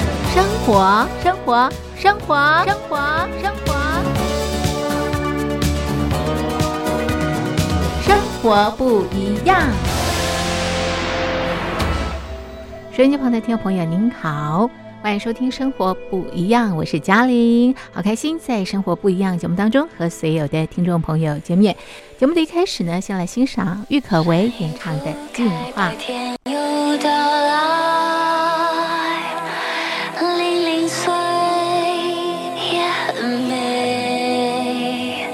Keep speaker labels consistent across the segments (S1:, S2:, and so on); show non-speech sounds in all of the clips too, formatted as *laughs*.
S1: 活，生活，生活，生活，生活，生活不一样。收音机旁的听众朋友，您好，欢迎收听《生活不一样》，我是嘉玲，好开心在《生活不一样》节目当中和所有的听众朋友见面。节目的一开始呢，先来欣赏郁可唯演唱的《进化》。
S2: 天又到来，零零碎也很美，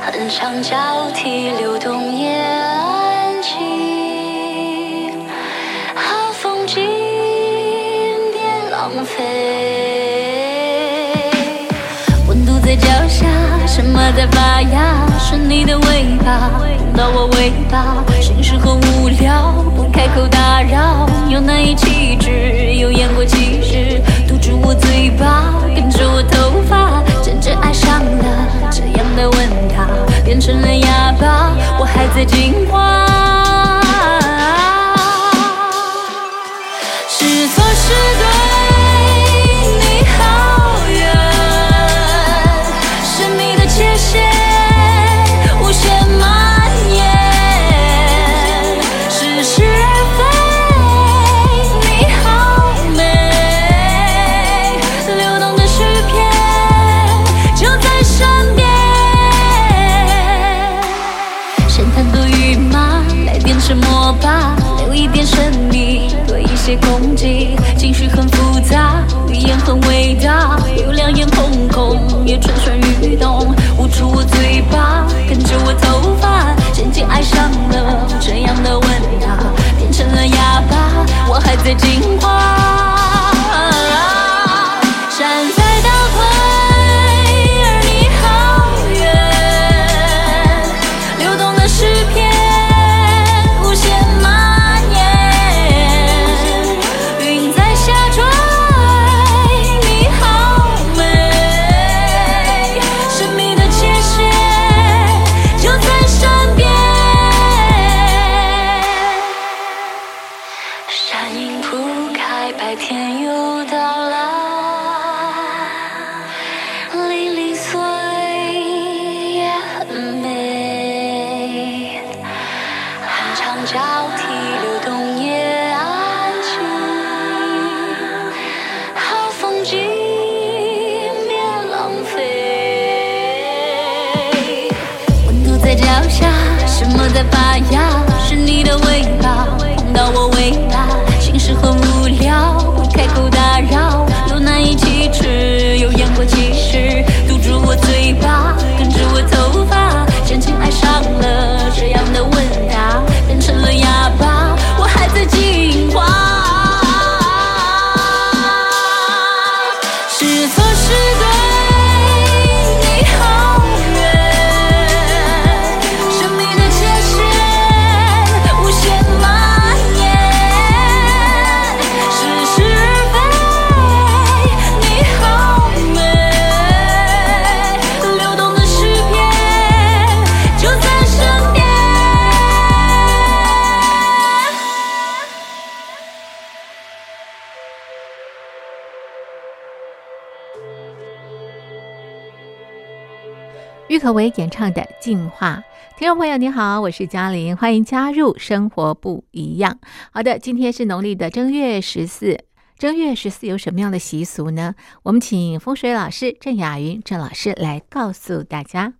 S2: 很长交替流动也安静，好风景别浪费。温度在脚下，什么在发芽？是你的尾巴碰到我尾巴，现实很无聊，不开口打扰，又难以启齿，又言过其实，堵住我嘴巴，跟着我头发，渐渐爱上了这样的问答，变成了哑巴，我还在进化。是错是对，你好远，生命的界限无限蔓延。是是而非，你好美，流动的诗篇就在身边。闲谈多余吗？来点什么吧，留一点神秘，多一些空气。情绪很复杂，语言很伟大，有两眼空空，也蠢蠢欲动，捂住我嘴巴，跟着我头发，渐渐爱上了这样的问答，变成了哑巴，我还在进化。站在倒退，而你好远，流动的诗篇无限蔓延。云在下坠，你好美，生命的界限就在身边。山影铺开，白天又到来，零零碎也很美，很长交替流动也安静，好风景别浪费。温度在脚下，什么在发芽？是你的尾巴碰到我尾巴，心事很无聊，不开口打扰，又难以启齿，又言过其实，堵住我嘴巴，跟着我头发，渐渐爱上了这样的问答，变成了哑巴，我还在进化。是错是对，你好远，生命的界限无限蔓延。是是而非，你好美，流动的诗篇就在身边。
S1: 郁可唯演唱的《进化》。听众朋友，您好，我是嘉玲，欢迎加入《生活不一样》。好的，今天是农历的正月十四。正月十四有什么样的习俗呢？我们请风水老师郑雅云郑老师来告诉大家。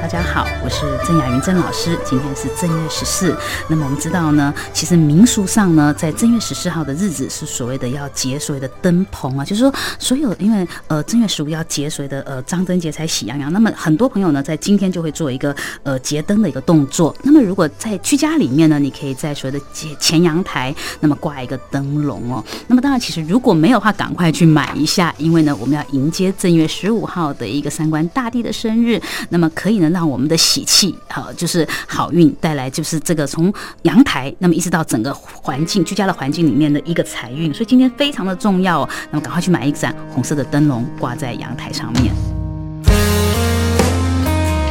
S3: 大家好，我是郑雅云郑老师，今天是正月十四。那么我们知道呢，其实民俗上呢，在正月十四号的日子是所谓的要结所谓的灯棚啊，就是说所有因为呃正月十五要结所谓的呃张灯结彩喜洋洋，那么很多朋友呢在今天就会做一个呃结灯的一个动作。那么如果在居家里面呢，你可以在所谓的前前阳台那么挂一个灯笼哦。那么当然，其实如果没有的话，赶快去买一下，因为呢我们要迎接正月十五号的一个三官大帝的生日，那么可以呢，让我们的喜气，呃，就是好运带来，就是这个从阳台，那么一直到整个环境居家的环境里面的一个财运，所以今天非常的重要哦。那么赶快去买一盏红色的灯笼挂在阳台上面。
S4: 我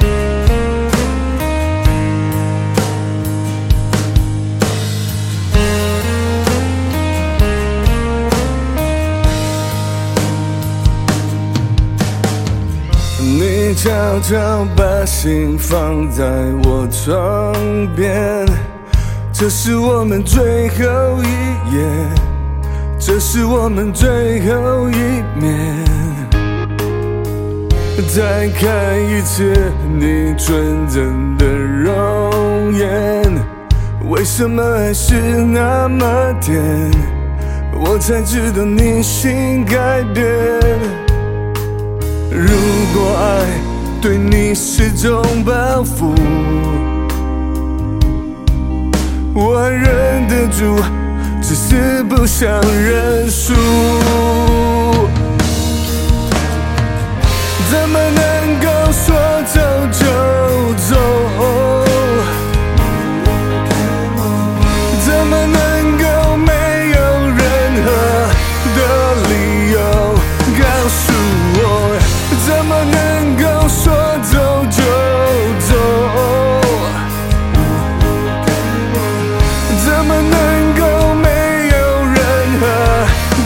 S4: 悄悄把心放在我床边，这是我们最后一夜，这是我们最后一面。再看一次你纯真的容颜，为什么还是那么甜？我才知道你心改变。如果爱对你是种包袱，我还忍得住，只是不想认输。怎么能够说走就走？怎么能够没有任何的理由告诉我？怎么能够说走就走？怎么能够没有任何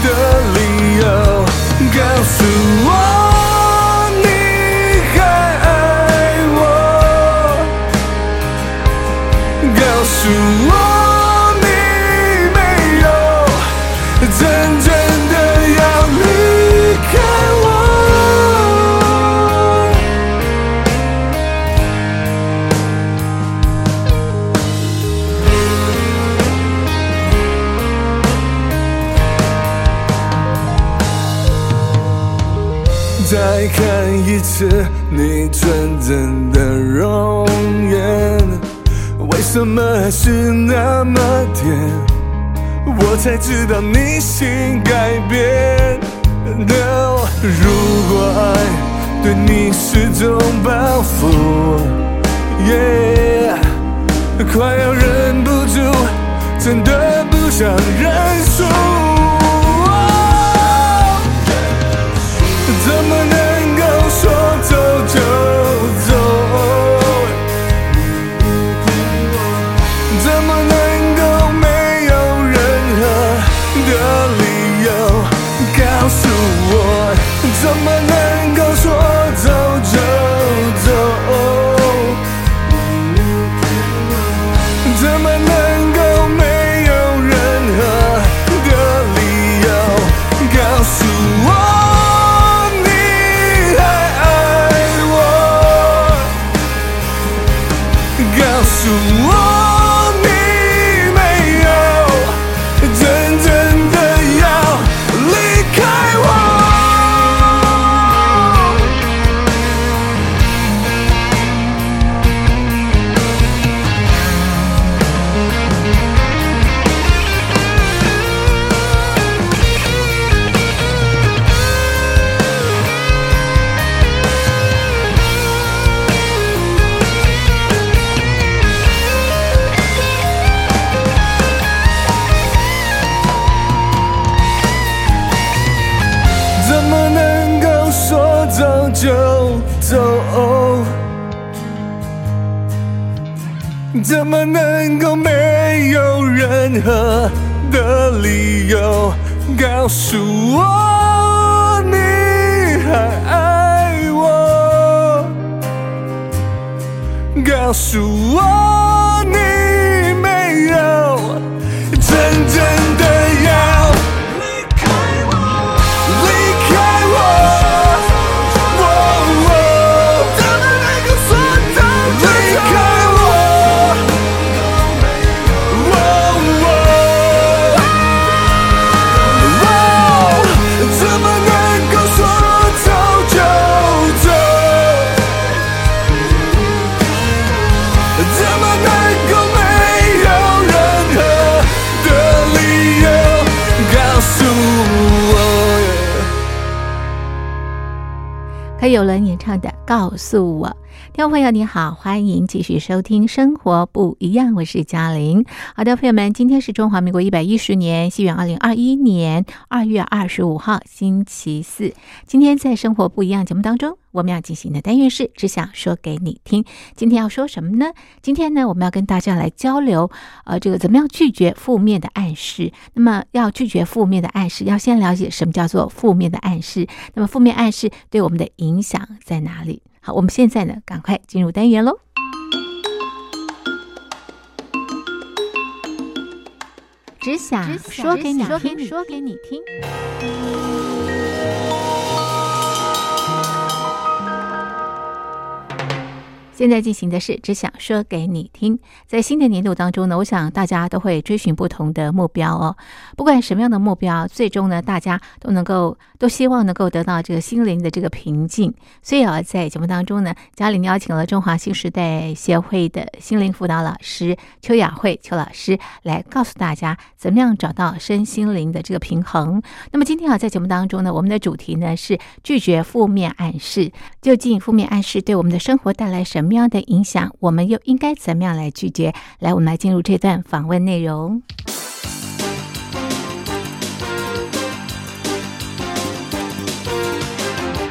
S4: 的理由告诉我你还爱我？告诉我你没有真正的要离开我。再看一次你纯真的容颜，为什么还是那么甜？我才知道你心改变。No，如果爱对你是种包袱，Yeah，快要忍不住，真的不想认输。怎么能够说走就走？怎么能够没有任何的理由告诉我？怎么能够说走就走？怎么能够没有任何的理由告诉我你还爱我？告诉我你没有真正的要离开我。怎么能够说走就走？哦怎么能够没有任何的理由告诉我你还爱我？告诉我你没有真正的要离开我。离开我，怎么能够说走就走？离开我，怎么能够说走就走？怎么能够没有任何的理由告诉我？
S1: 可有伦演唱的《告诉我》。听众朋友，你好，欢迎继续收听《生活不一样》，我是嘉玲。好的，朋友们，今天是中华民国一百一十年，西元二零二一年二月二十五号，星期四。今天在《生活不一样》节目当中，我们要进行的单元是“只想说给你听”。今天要说什么呢？今天呢，我们要跟大家来交流，呃，这个怎么样拒绝负面的暗示？那么，要拒绝负面的暗示，要先了解什么叫做负面的暗示，那么负面暗示对我们的影响在哪里？好，我们现在呢，赶快进入单元喽。只想说给你听，说给你听。现在进行的是只想说给你听。在新的年度当中呢，我想大家都会追寻不同的目标哦。不管什么样的目标，最终呢，大家都能够都希望能够得到这个心灵的这个平静。所以啊，在节目当中呢，嘉玲邀请了中华新时代协会的心灵辅导老师邱雅慧邱老师来告诉大家，怎么样找到身心灵的这个平衡。那么今天啊，在节目当中呢，我们的主题呢是拒绝负面暗示。究竟负面暗示对我们的生活带来什么样的影响？我们又应该怎么样来拒绝？来，我们来进入这段访问内容。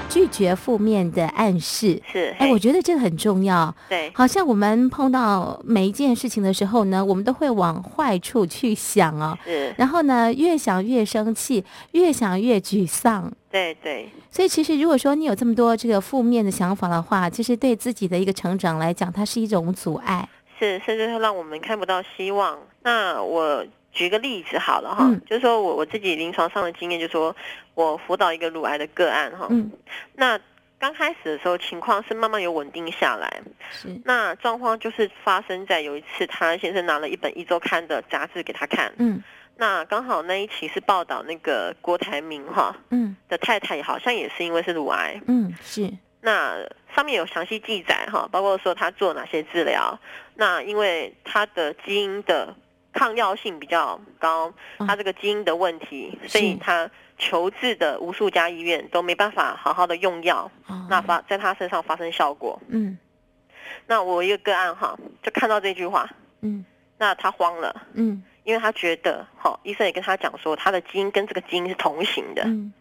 S5: 拒绝负面的暗示。
S6: 是，
S5: 哎，
S6: 嘿
S5: 我觉得这个很重要。
S6: 对，
S5: 好像我们碰到每一件事情的时候呢，我们都会往坏处去想哦，
S6: 是，
S5: 然后呢，越想越生气，越想越沮丧。
S6: 对对
S5: 所以其实如果说你有这么多这个负面的想法的话，其实对自己的一个成长来讲，它是一种阻碍。
S6: 是，甚至会让我们看不到希望。那我举个例子好了哈，
S5: 嗯
S6: 就是说我我自己临床上的经验，就是说我辅导一个乳癌的个案哈，
S5: 嗯，
S6: 那刚开始的时候情况是慢慢有稳定下来，
S5: 是，
S6: 那状况就是发生在有一次他先生拿了一本一周刊的杂志给他看，
S5: 嗯
S6: 那刚好那一期是报道那个郭台铭哈
S5: 嗯
S6: 的太太好像也是因为是乳癌，
S5: 嗯，是，
S6: 那上面有详细记载哈，包括说他做哪些治疗。那因为他的基因的抗药性比较高，
S5: 嗯
S6: 他这个基因的问题，所以他求治的无数家医院都没办法好好的用药，
S5: 哦
S6: 那发在他身上发生效果。
S5: 嗯
S6: 那我一个个案哈，就看到这句话，
S5: 嗯
S6: 那他慌了，
S5: 嗯
S6: 因为他觉得哈，医生也跟他讲说他的基因跟这个基因是同型的。
S5: 嗯，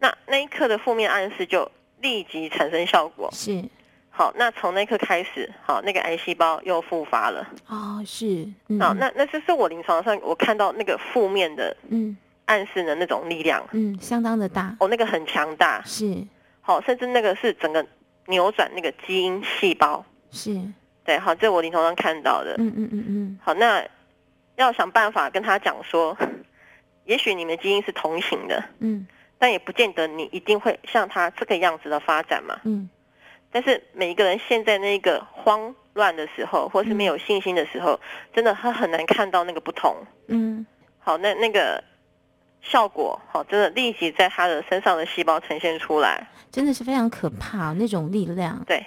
S6: 那那一刻的负面暗示就立即产生效果。
S5: 是，
S6: 好，那从那一刻开始，好，那个癌细胞又复发了。
S5: 哦是，嗯
S6: 好，那那这是我临床上我看到那个负面的
S5: 嗯
S6: 暗示的那种力量，
S5: 嗯，相当的大，
S6: 哦，那个很强大。
S5: 是
S6: 好，甚至那个是整个扭转那个基因细胞。
S5: 是，嗯
S6: 对，好，这我临床上看到的。
S5: 嗯嗯嗯，
S6: 好，那要想办法跟他讲说，也许你们基因是同型的，
S5: 嗯
S6: 但也不见得你一定会像他这个样子的发展嘛。
S5: 嗯
S6: 但是每一个人现在那个慌乱的时候，或是没有信心的时候，真的他很难看到那个不同。
S5: 嗯
S6: 好，那那个效果，好，真的立即在他的身上的细胞呈现出来。
S5: 真的是非常
S6: 嗯
S5: 可怕、那种力量。
S6: 对，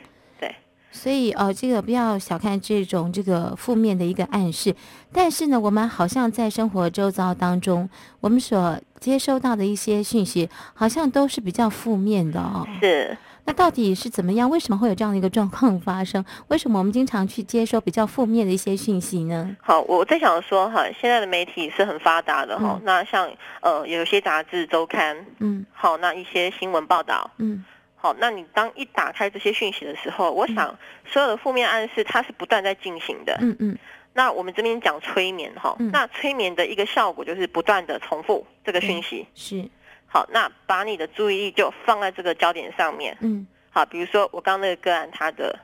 S5: 所以呃，这个不要小看这种这个负面的一个暗示。但是呢，我们好像在生活周遭当中，我们所接收到的一些讯息，好像都是比较负面的哦。
S6: 是
S5: 那到底是怎么样？为什么会有这样的一个状况发生？为什么我们经常去接收比较负面的一些讯息呢？
S6: 好，我在想说哈，现在的媒体是很发达的哈、
S5: 嗯
S6: 那像呃，有一些杂志、周刊，
S5: 嗯
S6: 好，那一些新闻报道，
S5: 嗯
S6: 好，那你当一打开这些讯息的时候，我想所有的负面暗示它是不断在进行的。
S5: 嗯嗯，
S6: 那我们这边讲催眠哈、
S5: 嗯
S6: 那催眠的一个效果就是不断的重复这个讯息。
S5: 是
S6: 好，那把你的注意力就放在这个焦点上面。
S5: 嗯
S6: 好，比如说我刚刚那个个案，他的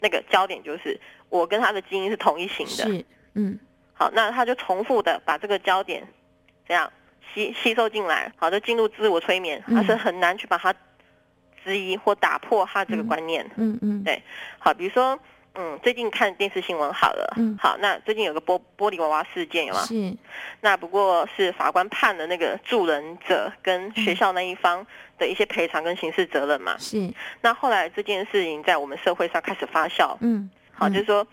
S6: 那个焦点就是我跟他的基因是同一型的。
S5: 是嗯
S6: 好，那他就重复的把这个焦点这样吸吸收进来，好，就进入自我催眠，
S5: 嗯
S6: 他是很难去把它质疑或打破他这个观念。
S5: 嗯嗯
S6: 对好，比如说。嗯，最近看电视新闻好了。
S5: 嗯
S6: 好，那最近有个玻玻璃娃娃事件有吗？
S5: 是
S6: 那不过是法官判了那个助人者跟学校那一方的一些赔偿跟刑事责任嘛。
S5: 是
S6: 那后来这件事情在我们社会上开始发酵，
S5: 嗯
S6: 好，
S5: 嗯
S6: 就是说，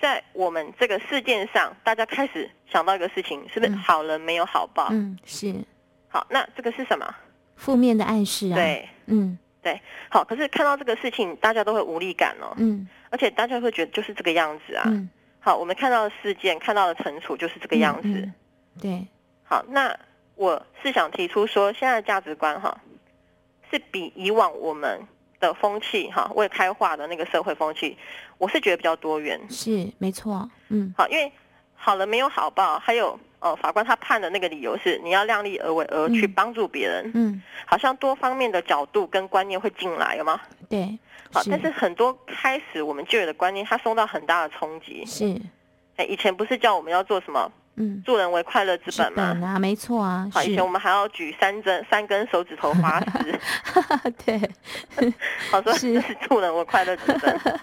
S6: 在我们这个事件上，大家开始想到一个事情，是不是
S5: 嗯
S6: 好人没有好报？
S5: 嗯是
S6: 好，那这个是什么？
S5: 负面的暗示啊。
S6: 对，
S5: 嗯
S6: 好，可是看到这个事情，大家都会无力感哦，
S5: 嗯
S6: 而且大家会觉得就是这个样子啊。
S5: 嗯
S6: 好，我们看到的事件，看到的惩处就是这个
S5: 嗯
S6: 样子。
S5: 嗯对。
S6: 好，那我是想提出说，现在的价值观哈，是比以往我们的风气哈未开化的那个社会风气，我是觉得比较多元。
S5: 是没错，嗯
S6: 好，因为好人没有好报，还有呃，法官他判的那个理由是你要量力而为，而去
S5: 嗯
S6: 帮助别人，
S5: 嗯，
S6: 好像多方面的角度跟观念会进来，有吗？
S5: 对，
S6: 好，
S5: 是
S6: 但是很多开始我们旧有的观念，它受到很大的冲击。
S5: 是
S6: 哎，以前不是叫我们要做什么
S5: 嗯，
S6: 助人为快乐之
S5: 纸
S6: 本吗？
S5: 本啊，没错啊，
S6: 好，以
S5: 是
S6: 前我们还要举三针三根手指头发誓，
S5: *laughs* 对，
S6: 好说
S5: 是
S6: 这是助人为快乐之
S5: *laughs*
S6: 本。所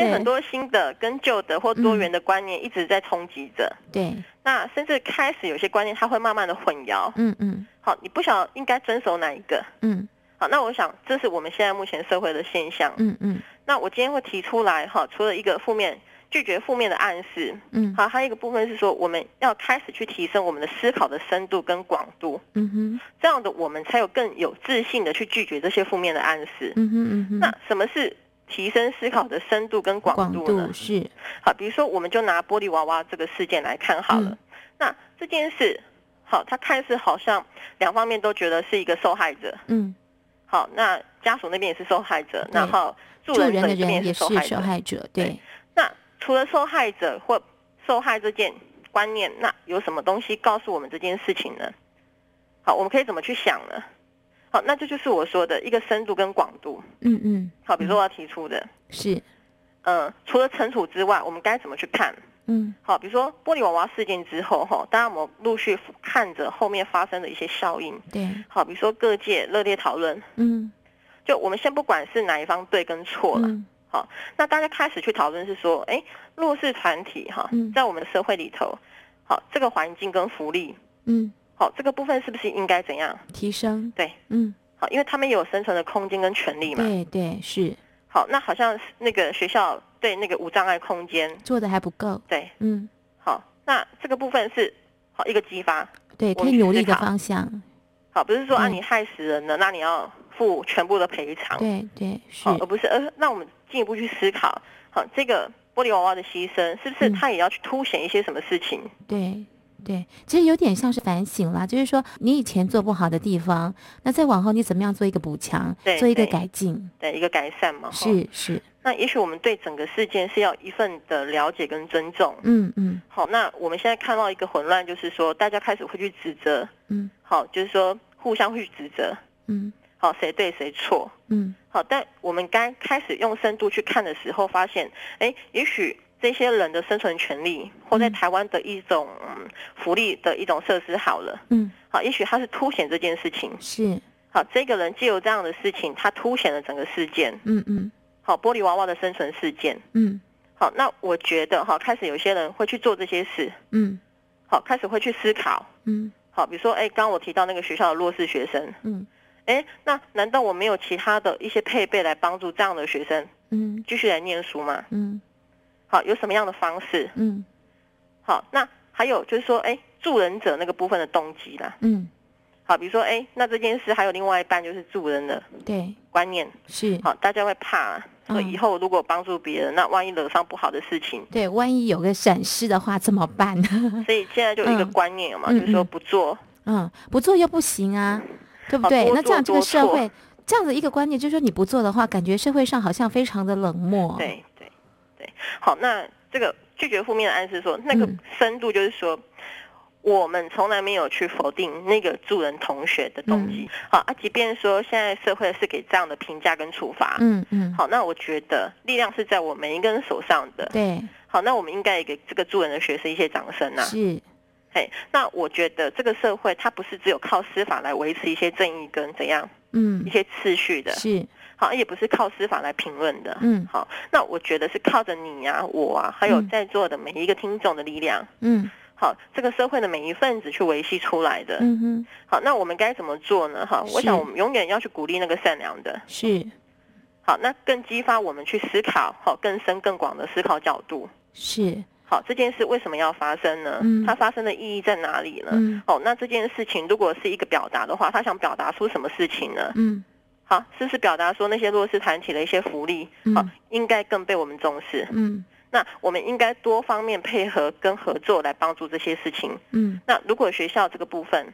S6: 以
S5: 对
S6: 很多新的跟旧的或多元的观念一直在冲击着。
S5: 对，
S6: 那甚至开始有些观念，它会慢慢的混淆。
S5: 嗯嗯
S6: 好，你不晓得应该遵守哪一个。
S5: 嗯
S6: 好，那我想这是我们现在目前社会的现象。
S5: 嗯嗯
S6: 那我今天会提出来哈，除了一个负面拒绝负面的暗示，
S5: 嗯
S6: 好，还有一个部分是说我们要开始去提升我们的思考的深度跟广度，
S5: 嗯哼
S6: 这样的我们才有更有自信的去拒绝这些负面的暗示。
S5: 嗯哼嗯哼，
S6: 那什么是提升思考的深度跟广
S5: 广
S6: 度呢？
S5: 度是
S6: 好，比如说我们就拿玻璃娃娃这个事件来看好了。
S5: 嗯
S6: 那这件事，好，他开始好像两方面都觉得是一个受害者。
S5: 嗯，
S6: 好，那家属那边也是受害者，
S5: 对
S6: 然后助
S5: 助
S6: 人
S5: 人
S6: 者
S5: 的
S6: 这边
S5: 人也是
S6: 受害
S5: 受
S6: 者。
S5: 害者，对
S6: 对，那除了受害者或受害这件观念，那有什么东西告诉我们这件事情呢？好，我们可以怎么去想呢？好，那这就是我说的一个深度跟广度。
S5: 嗯嗯
S6: 好，比如说我要提出的，
S5: 是，
S6: 呃，除了惩处之外，我们该怎么去看？
S5: 嗯
S6: 好，比如说玻璃娃娃事件之后，哈，大家有没有陆续看着后面发生的一些效应？
S5: 对，
S6: 好，比如说各界热烈讨论，
S5: 嗯
S6: 就我们先不管是哪一方对跟错了，
S5: 嗯
S6: 那大家开始去讨论是说，哎，弱势团体哈
S5: 嗯，
S6: 在我们社会里头，好，这个环境跟福利，
S5: 嗯，
S6: 好，这个部分是不是应该怎样？
S5: 提升，
S6: 对，
S5: 嗯
S6: 好，因为他们也有生存的空间跟权利嘛。
S5: 对对是
S6: 好，那好像是那个学校对那个无障碍空间，
S5: 做的还不够，
S6: 对，
S5: 嗯
S6: 好，那这个部分是好一个激发，
S5: 对，
S6: 我
S5: 可
S6: 们
S5: 以
S6: 去
S5: 努
S6: 思
S5: 力的
S6: 考
S5: 方向，
S6: 好，不是说啊
S5: 嗯
S6: 你害死人了，那你要付全部的赔偿，
S5: 对对是
S6: 好，而不是呃让我们进一步去思考，好，这个玻璃娃娃的牺牲是不是
S5: 嗯
S6: 他也要去凸显一些什么事情？
S5: 对对，其实有点像是反省啦，就是说你以前做不好的地方，那再往后你怎么样做一个补强，
S6: 对
S5: 做一个
S6: 对哦
S5: 改进，
S6: 的一个改善嘛？哈
S5: 是是，
S6: 那也许我们对整个事件是要一份的了解跟尊重。
S5: 嗯嗯
S6: 好，那我们现在看到一个混乱，就是说大家开始会去指责，
S5: 嗯
S6: 好，就是说互相会去指责，
S5: 嗯
S6: 好，谁对谁错。
S5: 嗯
S6: 好，但我们该开始用深度去看的时候，发现，哎，也许这些人的生存权利，或在
S5: 嗯
S6: 台湾的一种、嗯、福利的一种设施好了，
S5: 嗯，
S6: 好，也许他是凸显这件事情，
S5: 是，
S6: 好，这个人借由这样的事情，他凸显了整个事件，
S5: 嗯嗯
S6: 好，玻璃娃娃的生存事件，
S5: 嗯
S6: 好，那我觉得哈，开始有些人会去做这些事，
S5: 嗯
S6: 好，开始会去思考，
S5: 嗯
S6: 好，比如说，哎，刚刚我提到那个学校的弱势学生，
S5: 嗯
S6: 哎，那难道我没有其他的一些配备来帮助这样的学生
S5: 嗯
S6: 继续来念书吗？
S5: 嗯
S6: 好，有什么样的方式？
S5: 嗯
S6: 好，那还有就是说，哎，助人者那个部分的动机啦，
S5: 嗯，
S6: 好，比如说，哎，那这件事还有另外一半就是助人的
S5: 对，
S6: 观念，
S5: 是。
S6: 好，大家会怕啊说
S5: 嗯
S6: 以后如果帮助别人，那万一惹上不好的事情，
S5: 对，万一有个闪失的话怎么办？
S6: 所以现在就有一个
S5: 嗯
S6: 观念有嘛，
S5: 嗯
S6: 就是说
S5: 嗯
S6: 不做，
S5: *laughs* 嗯，不做又不行啊，对不
S6: 好
S5: 对？
S6: 多
S5: 那这样这
S6: 做
S5: 个
S6: 多
S5: 社
S6: 错
S5: 会这样的一个观念，就是说你不做的话，感觉社会上好像非常的冷漠。，
S6: 对对对，好，那这个拒绝负面的暗示说，那个
S5: 嗯
S6: 深度就是说。我们从来没有去否定那个助人同学的动机，
S5: 嗯
S6: 好啊，即便说现在社会是给这样的评价跟处罚，
S5: 嗯嗯，
S6: 好，那我觉得力量是在我们每一个人手上的。
S5: 对，
S6: 好，那我们应该也给这个助人的学生一些掌声呐、啊
S5: 是，
S6: 嘿，那我觉得这个社会它不是只有靠司法来维持一些正义跟怎样
S5: 嗯
S6: 一，些次序的，
S5: 是，
S6: 好，也不是靠司法来评论的。
S5: 嗯
S6: 好，那我觉得是靠着你啊、我啊，还有
S5: 嗯
S6: 在座的每一个听众的力量，
S5: 嗯
S6: 好，这个社会的每一份子去维系出来的。
S5: 嗯哼，
S6: 好，那我们该怎么做呢？哈，我
S5: 是
S6: 想我们永远要去鼓励那个善良的。
S5: 是
S6: 好，那更激发我们去思考，好，更深更广的思考角度。
S5: 是，
S6: 好，这件事为什么要发生呢？
S5: 嗯
S6: 它发生的意义在哪里呢？
S5: 嗯
S6: 哦，那这件事情如果是一个表达的话，他想表达出什么事情呢？
S5: 嗯
S6: 好，是不是表达说那些弱势团体的一些福利，好、
S5: 嗯
S6: 应该更被我们重视？
S5: 嗯
S6: 那我们应该多方面配合跟合作来帮助这些事情。
S5: 嗯
S6: 那如果学校这个部分，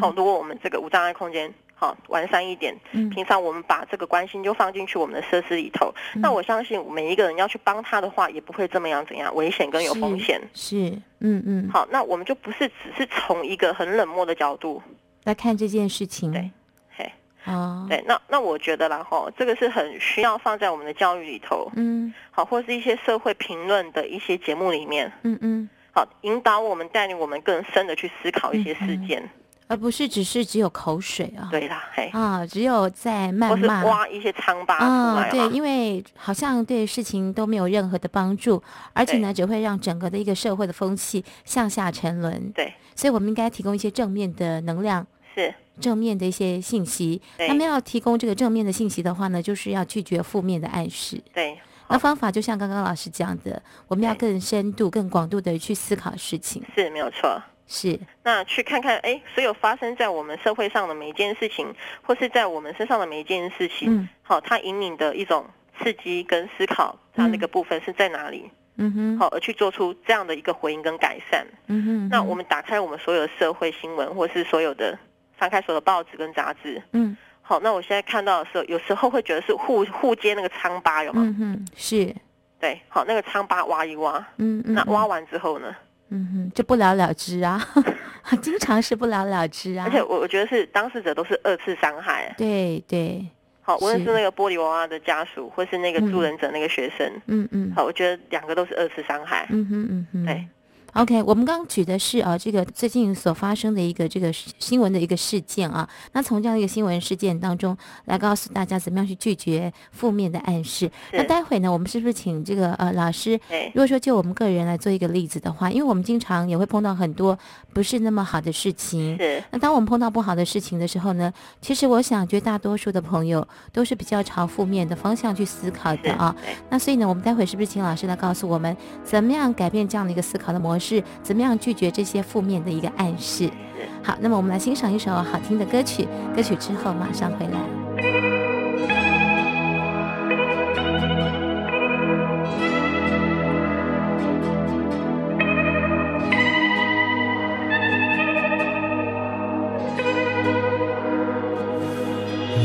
S6: 好、如果我们这个无障碍空间好完善一点，
S5: 嗯
S6: 平常我们把这个关心就放进去我们的设施里头，
S5: 嗯
S6: 那我相信每一个人要去帮他的话，也不会这么样怎样危险跟有风险。
S5: 是，嗯嗯，
S6: 好，那我们就不是只是从一个很冷漠的角度，
S5: 来看这件事情，
S6: 对嘿，
S5: 哦，
S6: 对，那那我觉得啦，哈，这个是很需要放在我们的教育里头，
S5: 嗯
S6: 好，或是一些社会评论的一些节目里面，
S5: 嗯嗯，
S6: 好，引导我们带领我们更深的去思考一些事
S5: 嗯
S6: 件，
S5: 而不是只是只有口水啊，
S6: 对啦，嘿，
S5: 啊，只有在谩
S6: 或是
S5: 骂。
S6: 挖一些疮疤出
S5: 啊、
S6: 来
S5: 对，
S6: 嘛，
S5: 因为好像对事情都没有任何的帮助，而且呢，只会让整个的一个社会的风气向下沉沦。
S6: 对，
S5: 所以我们应该提供一些正面的能量，
S6: 是
S5: 正面的一些信息。
S6: 对
S5: 那么要提供这个正面的信息的话呢，就是要拒绝负面的暗示。
S6: 对，
S5: 那方法就像刚刚老师讲的，我们要
S6: 对
S5: 更深度、更广度的去思考事情。
S6: 是没有错。
S5: 是，
S6: 那去看看，哎，所有发生在我们社会上的每一件事情，或是在我们身上的每一件事情，
S5: 嗯
S6: 好，它引领的一种刺激跟思考，它那个部分是在哪里？
S5: 嗯哼，
S6: 好，而去做出这样的一个回应跟改善。
S5: 嗯哼，
S6: 那我们打开我们所有的社会新闻，或是所有的翻开所有的报纸跟杂志。
S5: 嗯
S6: 好，那我现在看到的时候，有时候会觉得是互互揭那个疮疤，有吗？
S5: 嗯哼，是，
S6: 对，好，那个疮疤挖一挖，
S5: 嗯嗯，
S6: 那挖完之后呢？
S5: 嗯哼，就不了了之啊， *laughs* 经常是不了了之啊。
S6: 而且我我觉得是当事者都是二次伤害。
S5: 对对，
S6: 好，无论
S5: 是
S6: 是那个玻璃娃娃的家属，或是那个助人者那个学生，
S5: 嗯嗯，
S6: 好，我觉得两个都是二次伤害。
S5: 嗯哼嗯哼，
S6: 对。
S5: OK，我们刚刚举的是啊，这个最近所发生的一个这个事新闻的一个事件啊，那从这样一个新闻事件当中来告诉大家怎么样去拒绝负面的暗示。那
S6: 是
S5: 待会呢，我们是不是请这个呃老师
S6: 对
S5: 如果说就我们个人来做一个例子的话，因为我们经常也会碰到很多不是那么好的事情。
S6: 是
S5: 那当我们碰到不好的事情的时候呢，其实我想绝大多数的朋友都是比较朝负面的方向去思考
S6: 是
S5: 的啊。
S6: 对
S5: 那所以呢，我们待会是不是请老师来告诉我们，怎么样改变这样的一个思考的模式，怎么样拒绝这些负面的一个暗示？
S6: 是。
S5: 好，那么我们来欣赏一首好听的歌曲，歌曲之后马上回来。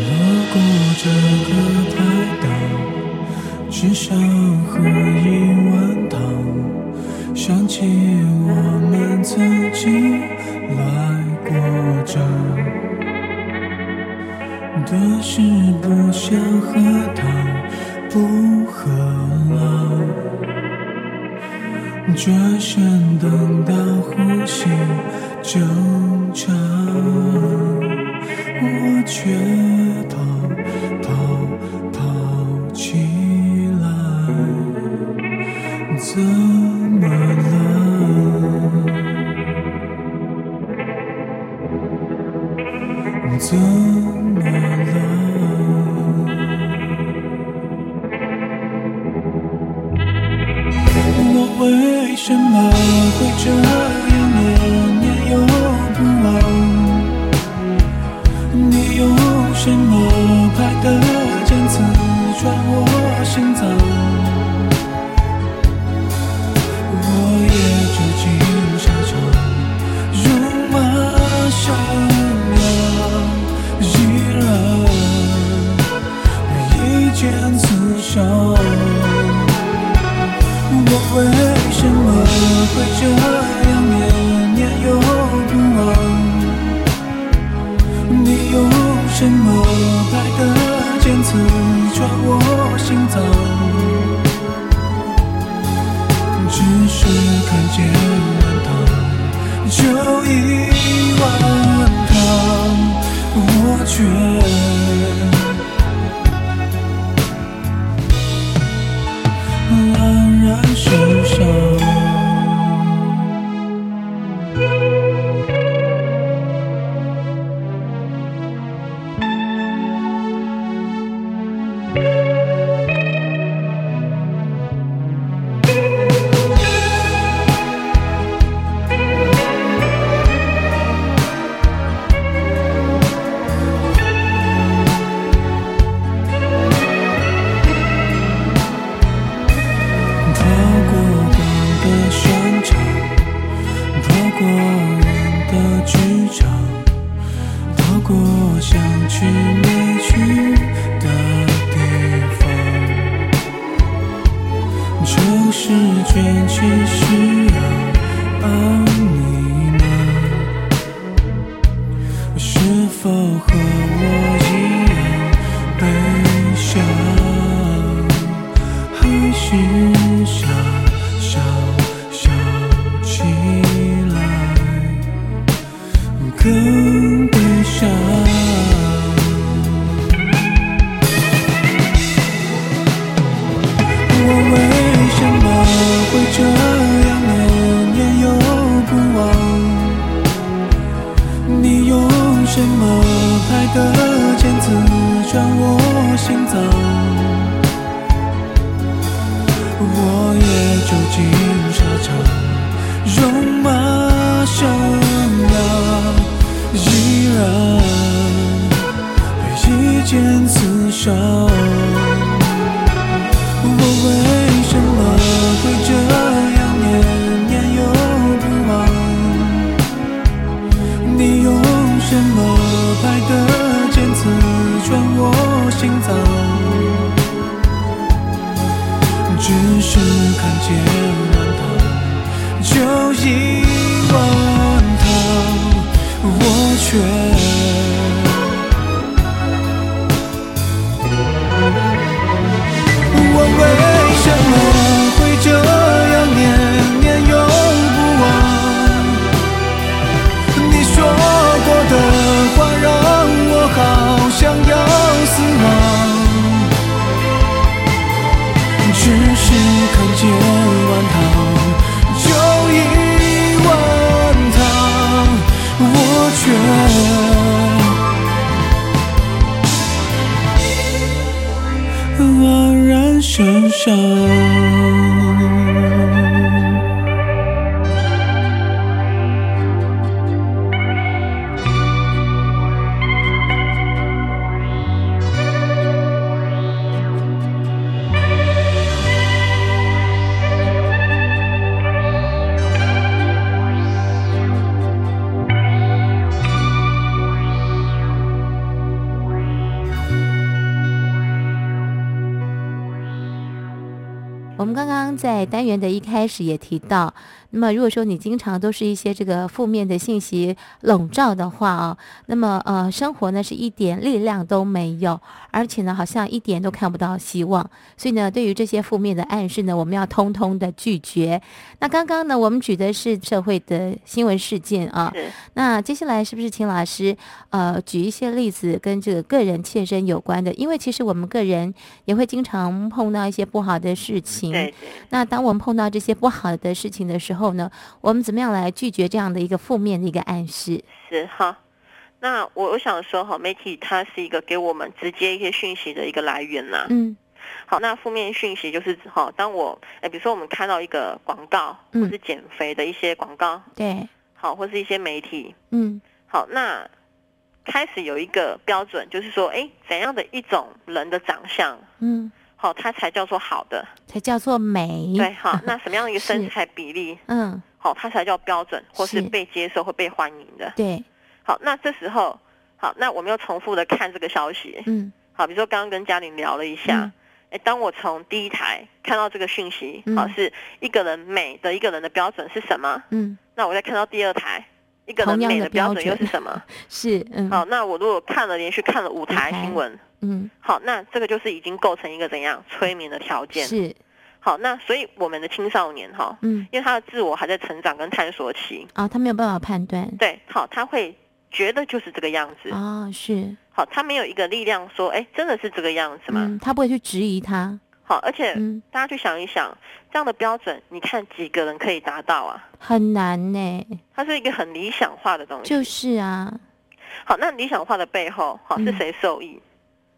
S4: 如果这个太大，只想喝一碗汤，想起我们曾经来过这。的是不想喝汤，不喝了，转身等到呼吸正常。我却跑跑跑起来，怎么了？怎么了？我为什么会这样念念又不忘？你用什么牌的剑刺穿我心脏？我也只进沙场，戎马逍遥，依然一剑刺伤。我为什么会这样念念又不忘？你用什么牌的剑刺穿我心脏？只是看见碗汤，就一碗汤，我却黯然神伤。跑过光的商场，跑过人的职场，跑过想去没去的地方。城市卷起夕阳，而你呢？是否和我一样？更悲伤。我为什么会这样念念又不忘？你用什么牌的尖刺穿我心脏？我也走进沙场，戎马生涯依然一剑刺伤。我为什么会这样念念又不忘？你用什么牌的剑刺穿我心脏？只是看见满堂就已荒唐，我却。我为什么会这样念念又不忘？你说过的话让我好想要死亡，只是看见碗汤就已碗汤，我却。黯然神伤。
S5: 我们刚刚在单元的一开始也提到，那么如果说你经常都是一些这个负面的信息笼罩的话哦，那么呃，生活呢是一点力量都没有，而且呢好像一点都看不到希望。所以呢，对于这些负面的暗示呢，我们要通通的拒绝。那刚刚呢，我们举的是社会的新闻事件啊，
S6: 是
S5: 那接下来是不是请老师呃举一些例子跟这个个人切身有关的？因为其实我们个人也会经常碰到一些不好的事情。
S6: 对对。
S5: 那当我们碰到这些不好的事情的时候呢，我们怎么样来拒绝这样的一个负面的一个暗示？
S6: 是哈。那我我想说哈，媒体它是一个给我们直接一些讯息的一个来源啦。
S5: 嗯
S6: 好，那负面讯息就是指哈，当我哎，比如说我们看到一个广告，
S5: 嗯
S6: 或是减肥的一些广告，
S5: 对，
S6: 好，或是一些媒体，
S5: 嗯
S6: 好，那开始有一个标准，就是说，哎，怎样的一种人的长相，
S5: 嗯，
S6: 好，它才叫做好的，
S5: 才叫做美。
S6: 对，
S5: *laughs*
S6: 好，那什么样的一个
S5: 是
S6: 身材比例，
S5: 嗯，
S6: 好，它才叫标准，或是
S5: 是
S6: 被接受或被欢迎的。
S5: 对，
S6: 好，那这时候，好，那我们又重复的看这个消息，
S5: 嗯
S6: 好，比如说刚刚跟嘉玲聊了一下，哎、当我从第一台看到这个讯息，
S5: 嗯
S6: 好，是一个人美的一个人的标准是什么？
S5: 嗯，
S6: 那我再看到第二台，一个人
S5: 同样
S6: 美
S5: 的
S6: 的标
S5: 标
S6: 准
S5: 准
S6: 又是什么？
S5: 是， *laughs* 嗯，
S6: 好，那我如果看了连续看了五台
S5: 五台
S6: 新闻，
S5: 嗯，
S6: 好，那这个就是已经构成一个怎样催眠的条件。
S5: 是，
S6: 好，那所以我们的青少年哈，
S5: 嗯，
S6: 因为他的自我还在成长跟探索期，
S5: 啊、他没有办法判断。
S6: 对，好，他会觉得就是这个样子，
S5: 哦，是，
S6: 好，他没有一个力量说，哎，真的是这个样子吗？
S5: 嗯，他不会去质疑他，
S6: 好，而且
S5: 嗯，
S6: 大家去想一想，这样的标准，你看几个人可以达到啊？
S5: 很难呢，
S6: 它是一个很理想化的东西。
S5: 就是啊，
S6: 好，那理想化的背后，好是
S5: 嗯
S6: 谁受益？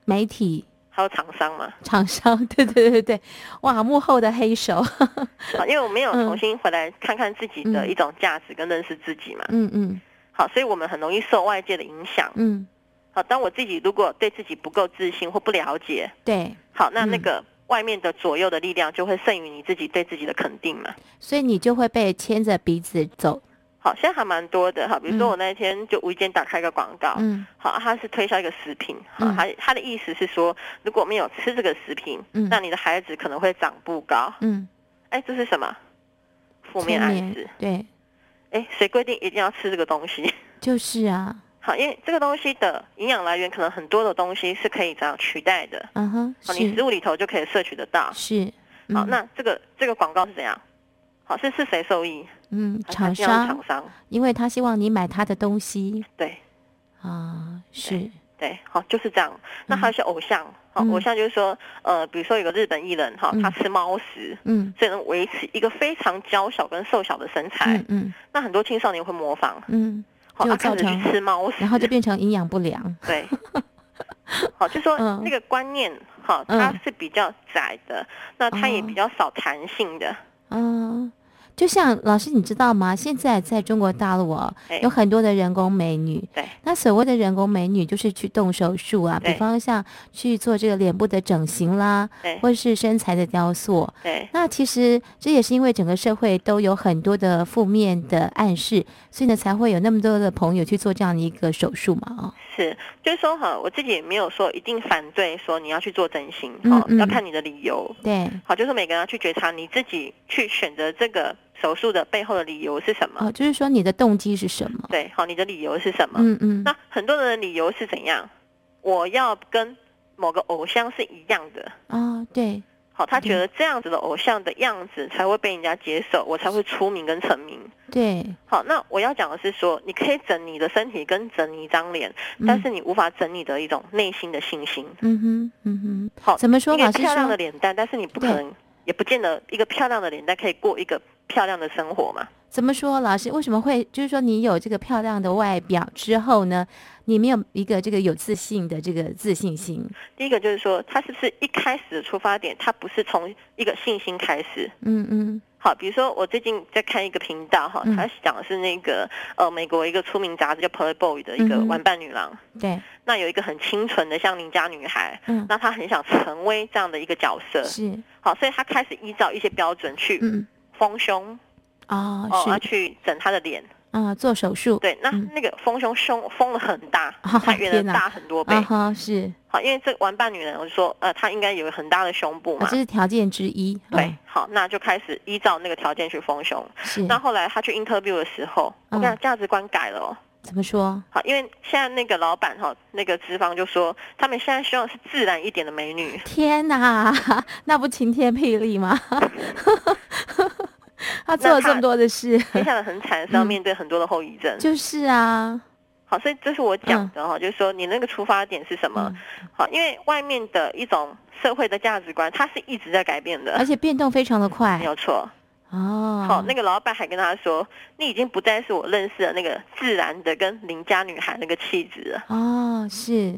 S5: 媒体
S6: 还有厂商嘛？
S5: 厂商， *laughs* 对对对对，哇，幕后的黑手， *laughs*
S6: 好，因为我们有
S5: 嗯
S6: 重新回来看看自己的
S5: 嗯
S6: 一种价值跟认识自己嘛。
S5: 嗯嗯
S6: 好，所以我们很容易受外界的影响。
S5: 嗯，
S6: 好，当我自己如果对自己不够自信或不了解，
S5: 对，
S6: 好，那
S5: 嗯
S6: 那个外面的左右的力量就会胜于你自己对自己的肯定嘛。
S5: 所以你就会被牵着鼻子走，
S6: 好，现在还蛮多的哈，比如说
S5: 嗯
S6: 我那一天就无意间打开一个广告，
S5: 嗯
S6: 好，啊它是推销一个食品，好
S5: 嗯，
S6: 它它的意思是说，如果没有吃这个食品，
S5: 嗯
S6: 那你的孩子可能会长不高。
S5: 嗯，
S6: 哎，这是什么？负
S5: 负
S6: 面暗示。
S5: 对，
S6: 哎，谁规定一定要吃这个东西？ *laughs*
S5: 就是啊，
S6: 好，因为这个东西的营养来源可能很多的东西是可以这样取代的。
S5: 嗯哼，
S6: 哦好，你食
S5: 是
S6: 物里头就可以摄取得到。
S5: 是，
S6: 好，
S5: 嗯
S6: 那这个这个广告是怎样？好，是是谁受益？
S5: 嗯，
S6: 还
S5: 厂
S6: 是要
S5: 商
S6: 厂，商，
S5: 因为他希望你买他的东西
S6: 对
S5: 啊，是，
S6: 对，好，就是这样。那还有一些偶像，好，
S5: 嗯
S6: 偶像就是说，呃，比如说有个日本艺人，哈，他吃猫食，
S5: 嗯
S6: 所以能维持一个非常娇小跟瘦小的身材。
S5: 嗯嗯
S6: 那很多青少年会模仿，
S5: 嗯，
S6: 好，
S5: 就
S6: 他开
S5: 造
S6: 始去
S5: 成
S6: 吃猫食，
S5: 然后就变成营养不良， *laughs*
S6: 对。好，就说
S5: 嗯
S6: 那个观念，哈，
S5: 嗯
S6: 它是比较窄的，那它也
S5: 哦
S6: 比较少弹性的，
S5: 嗯，就像老师，你知道吗？现在在中国大陆哦
S6: 哎，
S5: 有很多的人工美女。
S6: 对
S5: 那所谓的人工美女，就是去动手术啊，比
S6: 对
S5: 方像去做这个脸部的整形啦，
S6: 对
S5: 或是身材的雕塑。
S6: 对
S5: 那其实这也是因为整个社会都有很多的负面的暗示，所以呢才会有那么多的朋友去做这样的一个手术嘛。哦，
S6: 是，就是说哈，我自己也没有说一定反对说你要去做整形，
S5: 嗯
S6: 哈，
S5: 嗯
S6: 要看你的理由。
S5: 对，
S6: 好，就是每个人要去觉察你自己去选择这个手术的背后的理由是什么。
S5: 哦，就是说你的动机是什么？
S6: 对，好，你的理由是什么？
S5: 嗯嗯
S6: 那很多人的理由是怎样？我要跟某个偶像是一样的，
S5: 啊，对，
S6: 好，他觉得这样子的偶像的样子才会被人家接受，我才会出名跟成名。
S5: 对，
S6: 好，那我要讲的是说，你可以整你的身体跟整你一张脸，但是你无法整你的一种内心的信心。
S5: 嗯哼，嗯
S6: 好，
S5: 怎么说
S6: 一个
S5: 老师
S6: 漂亮
S5: 说
S6: 的脸蛋，但是你不可能，也不见得一个漂亮的脸蛋可以过一个漂亮的生活嘛。
S5: 哼，怎么说？老师为什么会就是说你有这个漂亮的外表之后呢，你没有一个这个有自信的这个自信心？
S6: 第一个就是说，他是不是一开始的出发点，他不是从一个信心开始。
S5: 嗯嗯
S6: 好，比如说我最近在看一个频道哈
S5: 嗯，
S6: 他讲的是那个呃美国一个出名杂志叫《Playboy》的一个
S5: 嗯哼
S6: 玩伴女郎，，
S5: 对，
S6: 那有一个很清纯的像邻家女孩，
S5: 嗯，
S6: 那她很想成为这样的一个角色，
S5: 是，
S6: 好，所以她开始依照一些标准去
S5: 嗯
S6: 丰胸
S5: 啊、
S6: 哦，啊
S5: 是
S6: 去整她的脸，
S5: 啊、做手术，
S6: 对，那
S5: 嗯
S6: 那个丰胸胸丰了很
S5: *laughs*
S6: 大，
S5: 啊
S6: 她原
S5: 天
S6: 来
S5: 哪
S6: 大很多倍
S5: 啊，哈，是，
S6: 好，因为这个玩伴女人，我就说呃她应该有很大的胸部
S5: 啊，
S6: 嘛
S5: 这，是条件之一，
S6: 对
S5: 嗯，
S6: 好，那就开始依照那个条件去丰胸，
S5: 是，
S6: 那后来她去 interview 的时候，我
S5: 嗯
S6: 跟你讲价值观改了哦。
S5: 怎么说？
S6: 好，因为现在那个老板哈，那个资方就说，他们现在希望是自然一点的
S5: *laughs*
S6: 美女，
S5: 天哪，那不晴天霹雳吗？ *laughs* 他做了这么多的事，
S6: 接下来很惨是要面对很多的后遗症。
S5: 就是嗯啊，
S6: 好，所以这是我讲的哈，就是说你那个出发点是什么？
S5: 嗯
S6: 好，因为外面的一种社会的价值观，它是一直在改变
S5: 而
S6: 的，
S5: 且变动非常的快
S6: 呃没有错。
S5: 哦。
S6: 好，那个老板还跟他说，你已经不再是我认识的那个自然的跟邻家女孩那个气质了。
S5: 哦，是，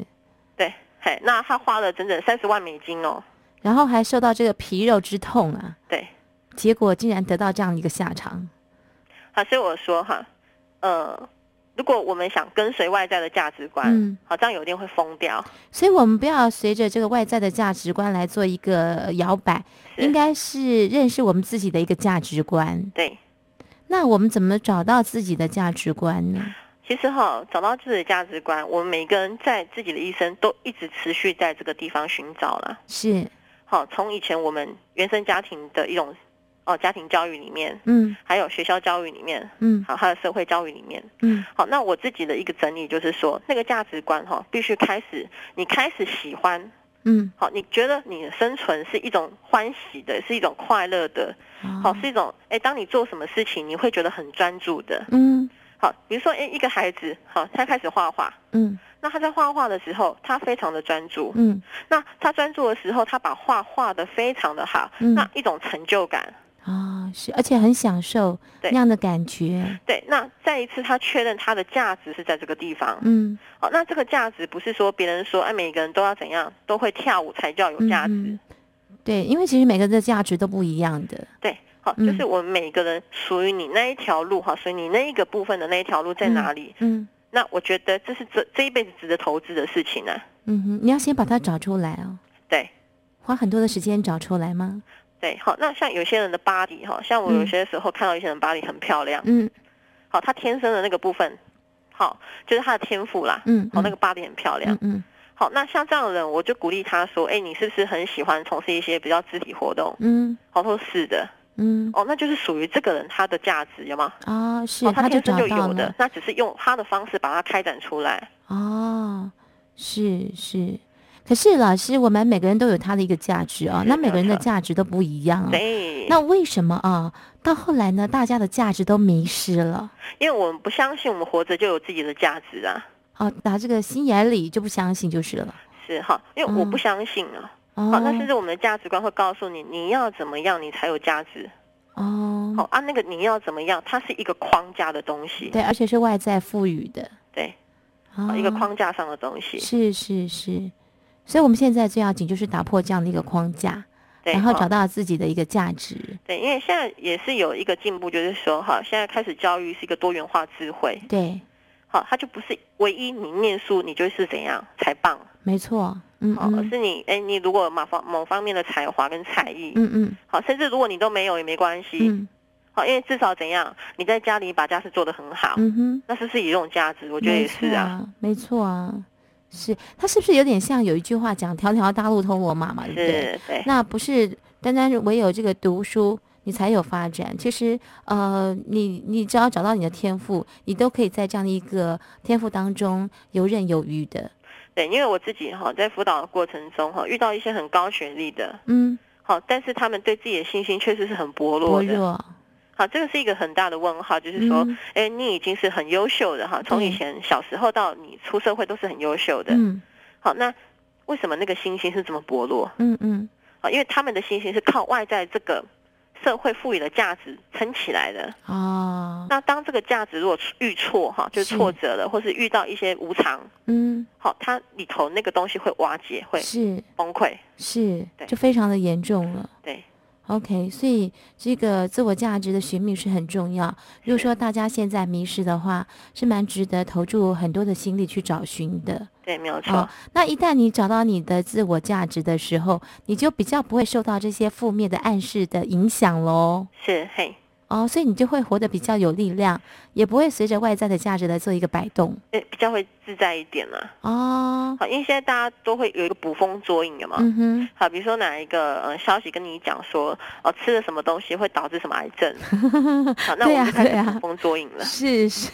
S6: 对，嘿，那他花了整整三十万美金哦。
S5: 然后还受到这个皮肉之痛啊，
S6: 对，
S5: 结果竟然得到这样一个下场。
S6: 好，所以我说哈，呃，如果我们想跟随外在的价值观，
S5: 嗯
S6: 好，这样有一天会疯掉。
S5: 所以，我们不要随着这个外在的价值观来做一个摇摆，
S6: 是
S5: 应该是认识我们自己的一个价值观。
S6: 对，
S5: 那我们怎么找到自己的价值观呢？
S6: 其实哈，找到自己的价值观，我们每个人在自己的一生都一直持续在这个地方寻找啦。
S5: 是，
S6: 好，从以前我们原生家庭的一种哦家庭教育里面，
S5: 嗯
S6: 还有学校教育里面，
S5: 嗯
S6: 好，还有社会教育里面。
S5: 嗯，
S6: 好，那我自己的一个整理就是说，那个价值观哈，必须开始，你开始喜欢
S5: 嗯，
S6: 好，你觉得你的生存是一种欢喜的，是一种快乐的，
S5: 啊
S6: 好，是一种哎，当你做什么事情，你会觉得很专注的。
S5: 嗯
S6: 好，比如说哎，一个孩子，好，他开始画画，
S5: 嗯
S6: 那他在画画的时候，他非常的专注，
S5: 嗯
S6: 那他专注的时候，他把画画的非常的好，
S5: 嗯
S6: 那一种成就感。
S5: 啊、是，而且很享受那
S6: 对
S5: 样的感觉。
S6: 对，那再一次他确认他的价值是在这个地方。
S5: 嗯，
S6: 好，那这个价值不是说别人说哎，每个人都要怎样，都会跳舞才叫有
S5: 嗯
S6: 价值。
S5: 嗯对，因为其实每个人的价值都不一样的。
S6: 对，好，
S5: 嗯
S6: 就是我们每个人属于你那一条路哈，属于你那一个部分的那一条路在哪里？
S5: 嗯
S6: 那我觉得这是这这一辈子值得投资的事情呢、
S5: 嗯哼，你要先把它找出来哦，
S6: 对
S5: 花很多的时间找出来吗？
S6: 对，好，那像有些人的巴黎哈，像我
S5: 嗯
S6: 有些时候看到一些人巴黎很漂亮，
S5: 嗯
S6: 好，他天生的那个部分，好，就是他的天赋啦，
S5: 嗯
S6: 好，
S5: 嗯
S6: 哦那个巴黎很漂亮
S5: 嗯。嗯
S6: 好，那像这样的人，我就鼓励他说，哎，你是不是很喜欢从事一些比较肢体活动？
S5: 嗯
S6: 好，他说是的，
S5: 嗯
S6: 哦，那就是属于这个人他的价值，有吗？
S5: 啊，是，
S6: 哦，他
S5: 他就
S6: 天生
S5: 找
S6: 就
S5: 到
S6: 有的
S5: 了，
S6: 那只是用他的方式把它开展出来。
S5: 哦，是是。可是老师，我们每个人都有他的一个价值啊、
S6: 是
S5: 那每个人的
S6: 没有错
S5: 价值都不一样啊。
S6: 对，
S5: 那为什么啊？到后来呢，大家的价值都迷失了
S6: 因为我们不相信我们活着就有自己的价值啊，
S5: 啊，打这个心眼里就不相信就是了。哦
S6: 是哈，因为我
S5: 嗯
S6: 不相信啊。好，那甚至我们的价值观会告诉你，你要怎么样你才有价值。
S5: 哦，
S6: 好啊，那个你要怎么样，它是一个框架的东西，
S5: 对，而且是外在赋予的，
S6: 对，
S5: 啊
S6: 好哦一个框架上的东西，
S5: 是是是，所以我们现在最要紧就是打破这样的一个框架，
S6: 对，哦
S5: 然后
S6: 好
S5: 找到自己的一个价值。
S6: 对，因为现在也是有一个进步，就是说哈，现在开始教育是一个多元化智慧，
S5: 对，
S6: 好，它就不是唯一你念书你就是怎样才棒，
S5: 没错，嗯
S6: 好，而
S5: 嗯
S6: 是你哎，你如果有某方某方面的才华跟才艺，
S5: 嗯嗯
S6: 好，甚至如果你都没有也没关系，
S5: 嗯
S6: 好，因为至少怎样你在家里把家事做得很好，
S5: 嗯哼，
S6: 那是不是也有这种价值？我
S5: 我
S6: 觉得也是啊，，
S5: 没错啊，是他是不是有点像有一句话讲“条条大路通罗马”嘛，对不对？
S6: 是，对，
S5: 那不是单单是唯有这个读书，你才有发展。其实，呃，你你只要找到你的天赋，你都可以在这样的一个天赋当中游刃有余的。
S6: 对，因为我自己哈在辅导的过程中哈遇到一些很高学历的，
S5: 嗯，
S6: 好，但是他们对自己的信心确实是很薄弱
S5: 薄
S6: 的。
S5: 弱，
S6: 好，这个是一个很大的问号，就是说
S5: 嗯，
S6: 哎、你已经是很优秀的哈，从
S5: 对
S6: 以前小时候到你出社会都是很优秀的。
S5: 嗯
S6: 好，那为什么那个信心是这么薄弱？
S5: 嗯嗯，
S6: 啊，因为他们的信心是靠外在这个社会赋予的价值撑起来的。
S5: 啊，
S6: 那当这个价值如果遇挫哈，就是挫折了，或是遇到一些无常，
S5: 嗯，
S6: 好，它里头那个东西会瓦解，会
S5: 是
S6: 崩溃。
S5: 是，
S6: 对
S5: 就非常的严重了。
S6: 对，
S5: OK，所以这个自我价值的寻觅是很重要。如果说大家现在迷失的话，是蛮值得投注很多的心力去找寻的。
S6: 对，没有错。
S5: 哦，那一旦你找到你的自我价值的时候，你就比较不会受到这些负面的暗示的影响喽。
S6: 是嘿，
S5: 哦，所以你就会活得比较有力量，也不会随着外在的价值来做一个摆动。
S6: 哎，比较会自在一点啦。
S5: 哦，
S6: 好，因为现在大家都会有一个捕风捉影，有吗？
S5: 嗯哼，
S6: 好，比如说哪一个呃消息跟你讲说，哦，吃了什么东西会导致什么癌
S5: *laughs*
S6: 症？好，那
S5: 对
S6: 我
S5: 啊
S6: 们就开
S5: 对啊
S6: 始捕风捉影了。
S5: 是是，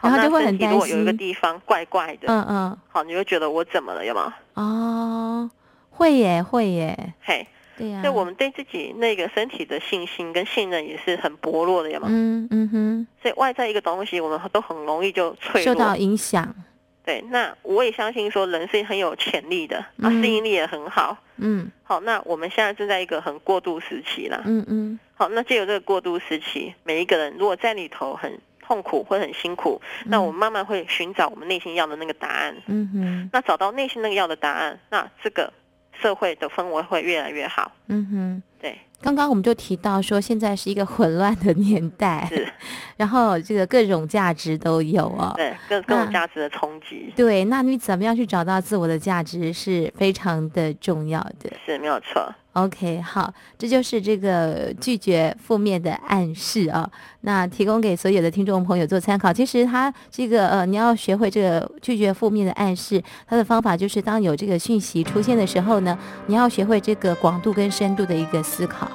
S6: 好
S5: 然后
S6: 那
S5: 就会
S6: 身
S5: 很
S6: 体
S5: 担
S6: 如果有一个
S5: 心。
S6: 地方怪怪的，
S5: 嗯嗯，
S6: 好，你会觉得我怎么了，有吗？
S5: 哦，会耶，会耶，
S6: 嘿，
S5: 对呀、
S6: 所以我们对自己那个身体的信心跟信任也是很薄弱的，有吗？
S5: 嗯嗯哼，
S6: 所以外在一个东西，我们都很容易就脆
S5: 受
S6: 弱
S5: 到。影响。
S6: 对，那我也相信说人是很有潜力的，啊，
S5: 嗯
S6: 适应力也很好。
S5: 嗯
S6: 好，那我们现在正在一个很过渡时期啦。
S5: 嗯嗯，
S6: 好，那借由这个过渡时期，每一个人如果在里头很痛苦或很辛苦，那我们慢慢会寻找我们内心要的那个答案。
S5: 嗯哼，
S6: 那找到内心那个要的答案，那这个社会的氛围会越来越好。
S5: 嗯哼。
S6: 对，
S5: 刚刚我们就提到说，现在是一个混乱的年代，
S6: 是，
S5: 然后这个各种价值都有哦。
S6: 对，各各
S5: 那
S6: 种价值的冲击
S5: 对，那你怎么样去找到自我的价值是非常的重要的。
S6: 是没有错。
S5: OK，好，这就是这个拒绝负面的暗示啊、那提供给所有的听众朋友做参考。其实它这个呃，你要学会这个拒绝负面的暗示，它的方法就是当有这个讯息出现的时候呢，你要学会这个广度跟深度的一个思考，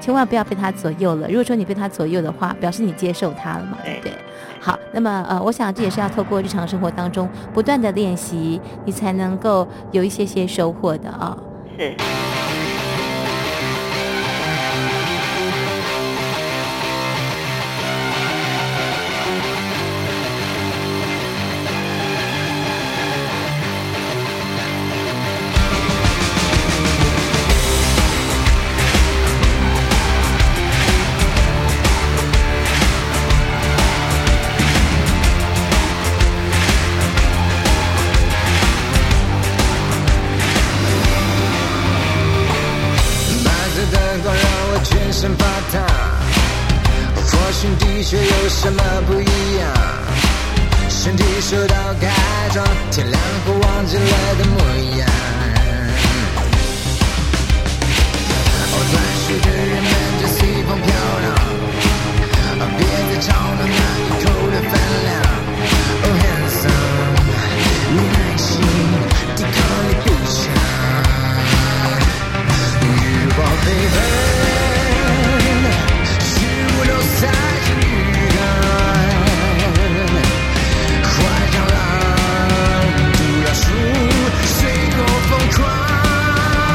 S5: 千万不要被它左右了。如果说你被它左右的话，表示你接受它了嘛，对不对？好，那么呃，我想这也是要透过日常生活当中不断的练习，你才能够有一些些收获的啊、
S6: 是，
S7: 白色灯光让我全身发烫，或许的确有什么不一样，身体受到改装，天亮后忘记了的模样。哦，钻石的人们在随风飘荡，啊别再吵了那一口的饭量。哦，handsome，你耐心抵抗力不强。欲望飞奔，虚无都在预感，怀上浪，独要输，随我疯狂。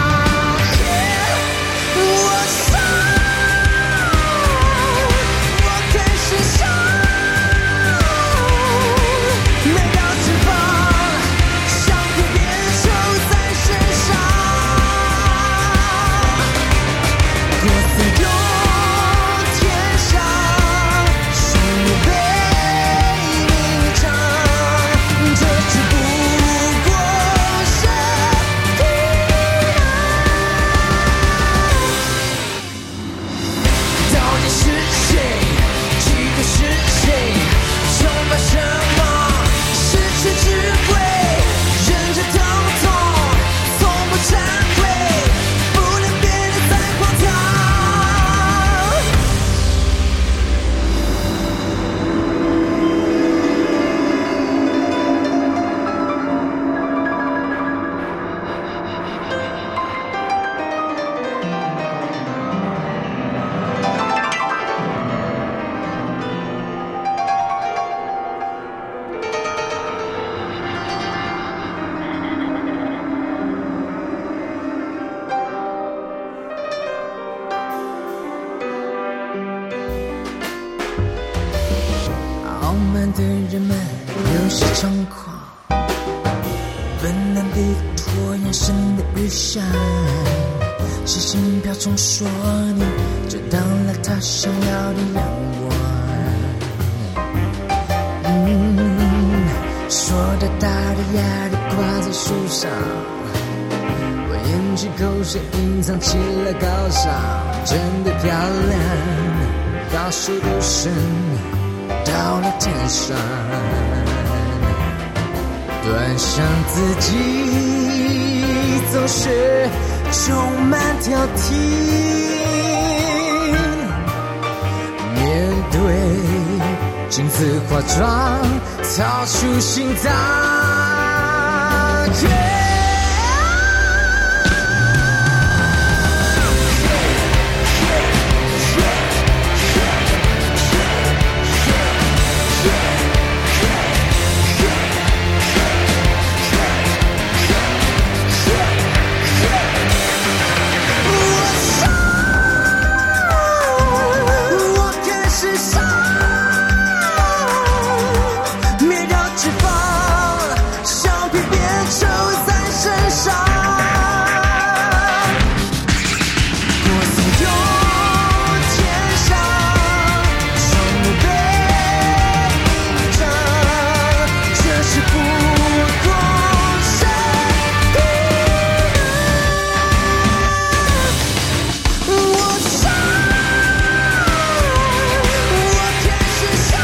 S8: 有些猖狂，本能地拖延神的雨伞，写信表中说你就当了他想要的阳光。嗯，说的大的压力挂在树上。我咽去口水，隐藏起了高尚，真的漂亮，高速的身到了天上，端详自己总是充满挑剔，面对镜子化妆，掏出心脏。Yeah! 我开始烧，没有脂肪，橡皮变臭在身上。我怂恿天上，双目被隐藏，这是不过是对的。我傻。我开始傻，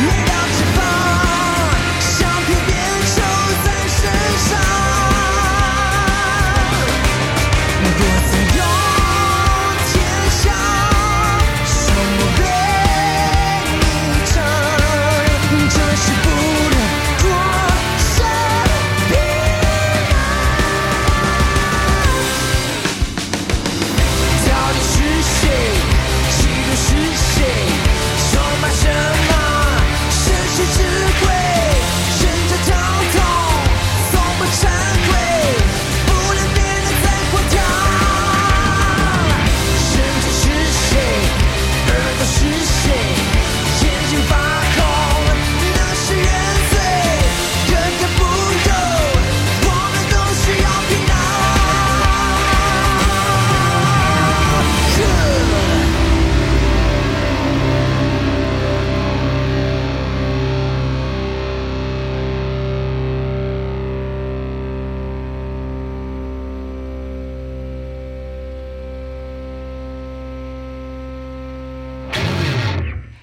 S8: 没到脂肪，橡皮变臭在身上。我曾有天下，双目被隐藏，这是不过是别人。到底是谁？嫉妒是谁？充满什么绅士智慧？忍着疼痛，从不忏悔，不能变得再荒唐。身体是谁？耳朵是谁？眼睛发空，那是原罪。根本不懂，我们都需要平等。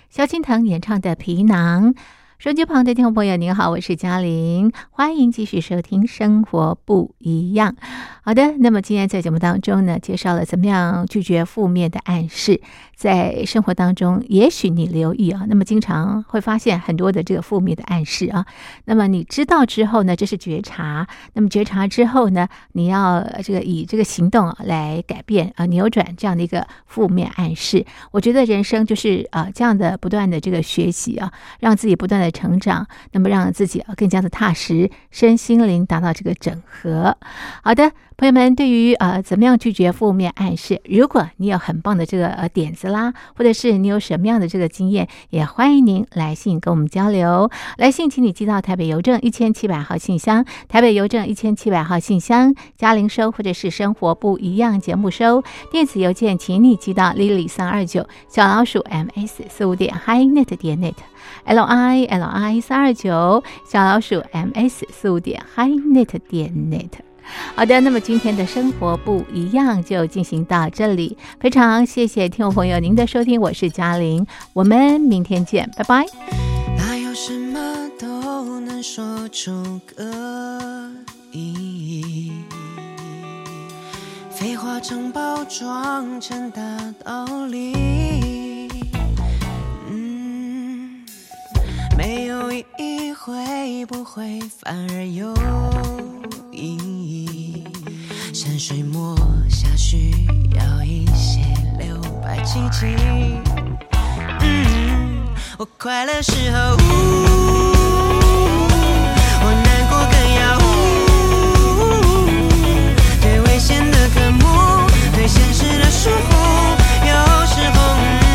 S5: 萧敬腾演唱的《皮囊》。手机旁的听众朋友，您好，我是嘉玲，欢迎继续收听《生活不一样》。好的，那么今天在节目当中呢，介绍了怎么样拒绝负面的暗示。在生活当中，也许你留意啊，那么经常会发现很多的这个负面的暗示啊。那么你知道之后呢，这是觉察。那么觉察之后呢，你要呃这个以这个行动啊来改变啊，扭转这样的一个负面暗示。我觉得人生就是啊这样的不断的这个学习啊，让自己不断的成长，那么让自己啊更加的踏实，身心灵达到这个整合。好的，朋友们，对于呃怎么样拒绝负面暗示，如果你有很棒的这个呃点子啦，或者是你有什么样的这个经验，也欢迎您来信跟我们交流。来信，请你寄到台北邮政一千七百号信箱，台北邮政一千七百号信箱，嘉玲收，或者是生活不一样节目收。电子邮件，请你寄到 lily 三二九小老鼠 ms 四五点 highnet 点 net。l i l i 三二九小老鼠 m s 四五点 highnet 点 net。好的，那么今天的生活不一样就进行到这里，非常谢谢听众朋友您的收听，我是嘉玲，我们明天见，拜拜。
S8: 哪有什么都能说出个意义？废话常包装成大道理，嗯，没有意义会不会反而有意义？山水墨下需要一些留白气息。嗯，我快乐时候，呜我难过更要呜，对危险的渴慕，对现实的疏忽，有时候，嗯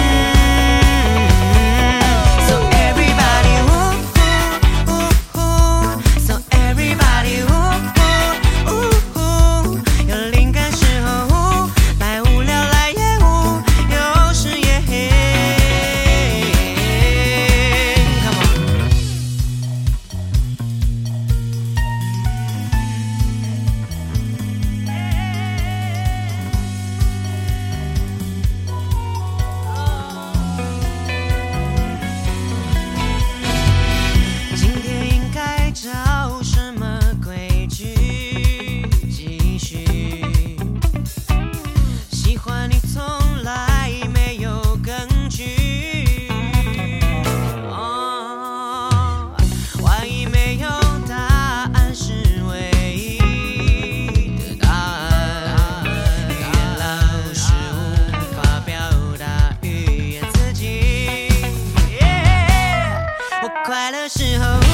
S9: 快乐时候。嗯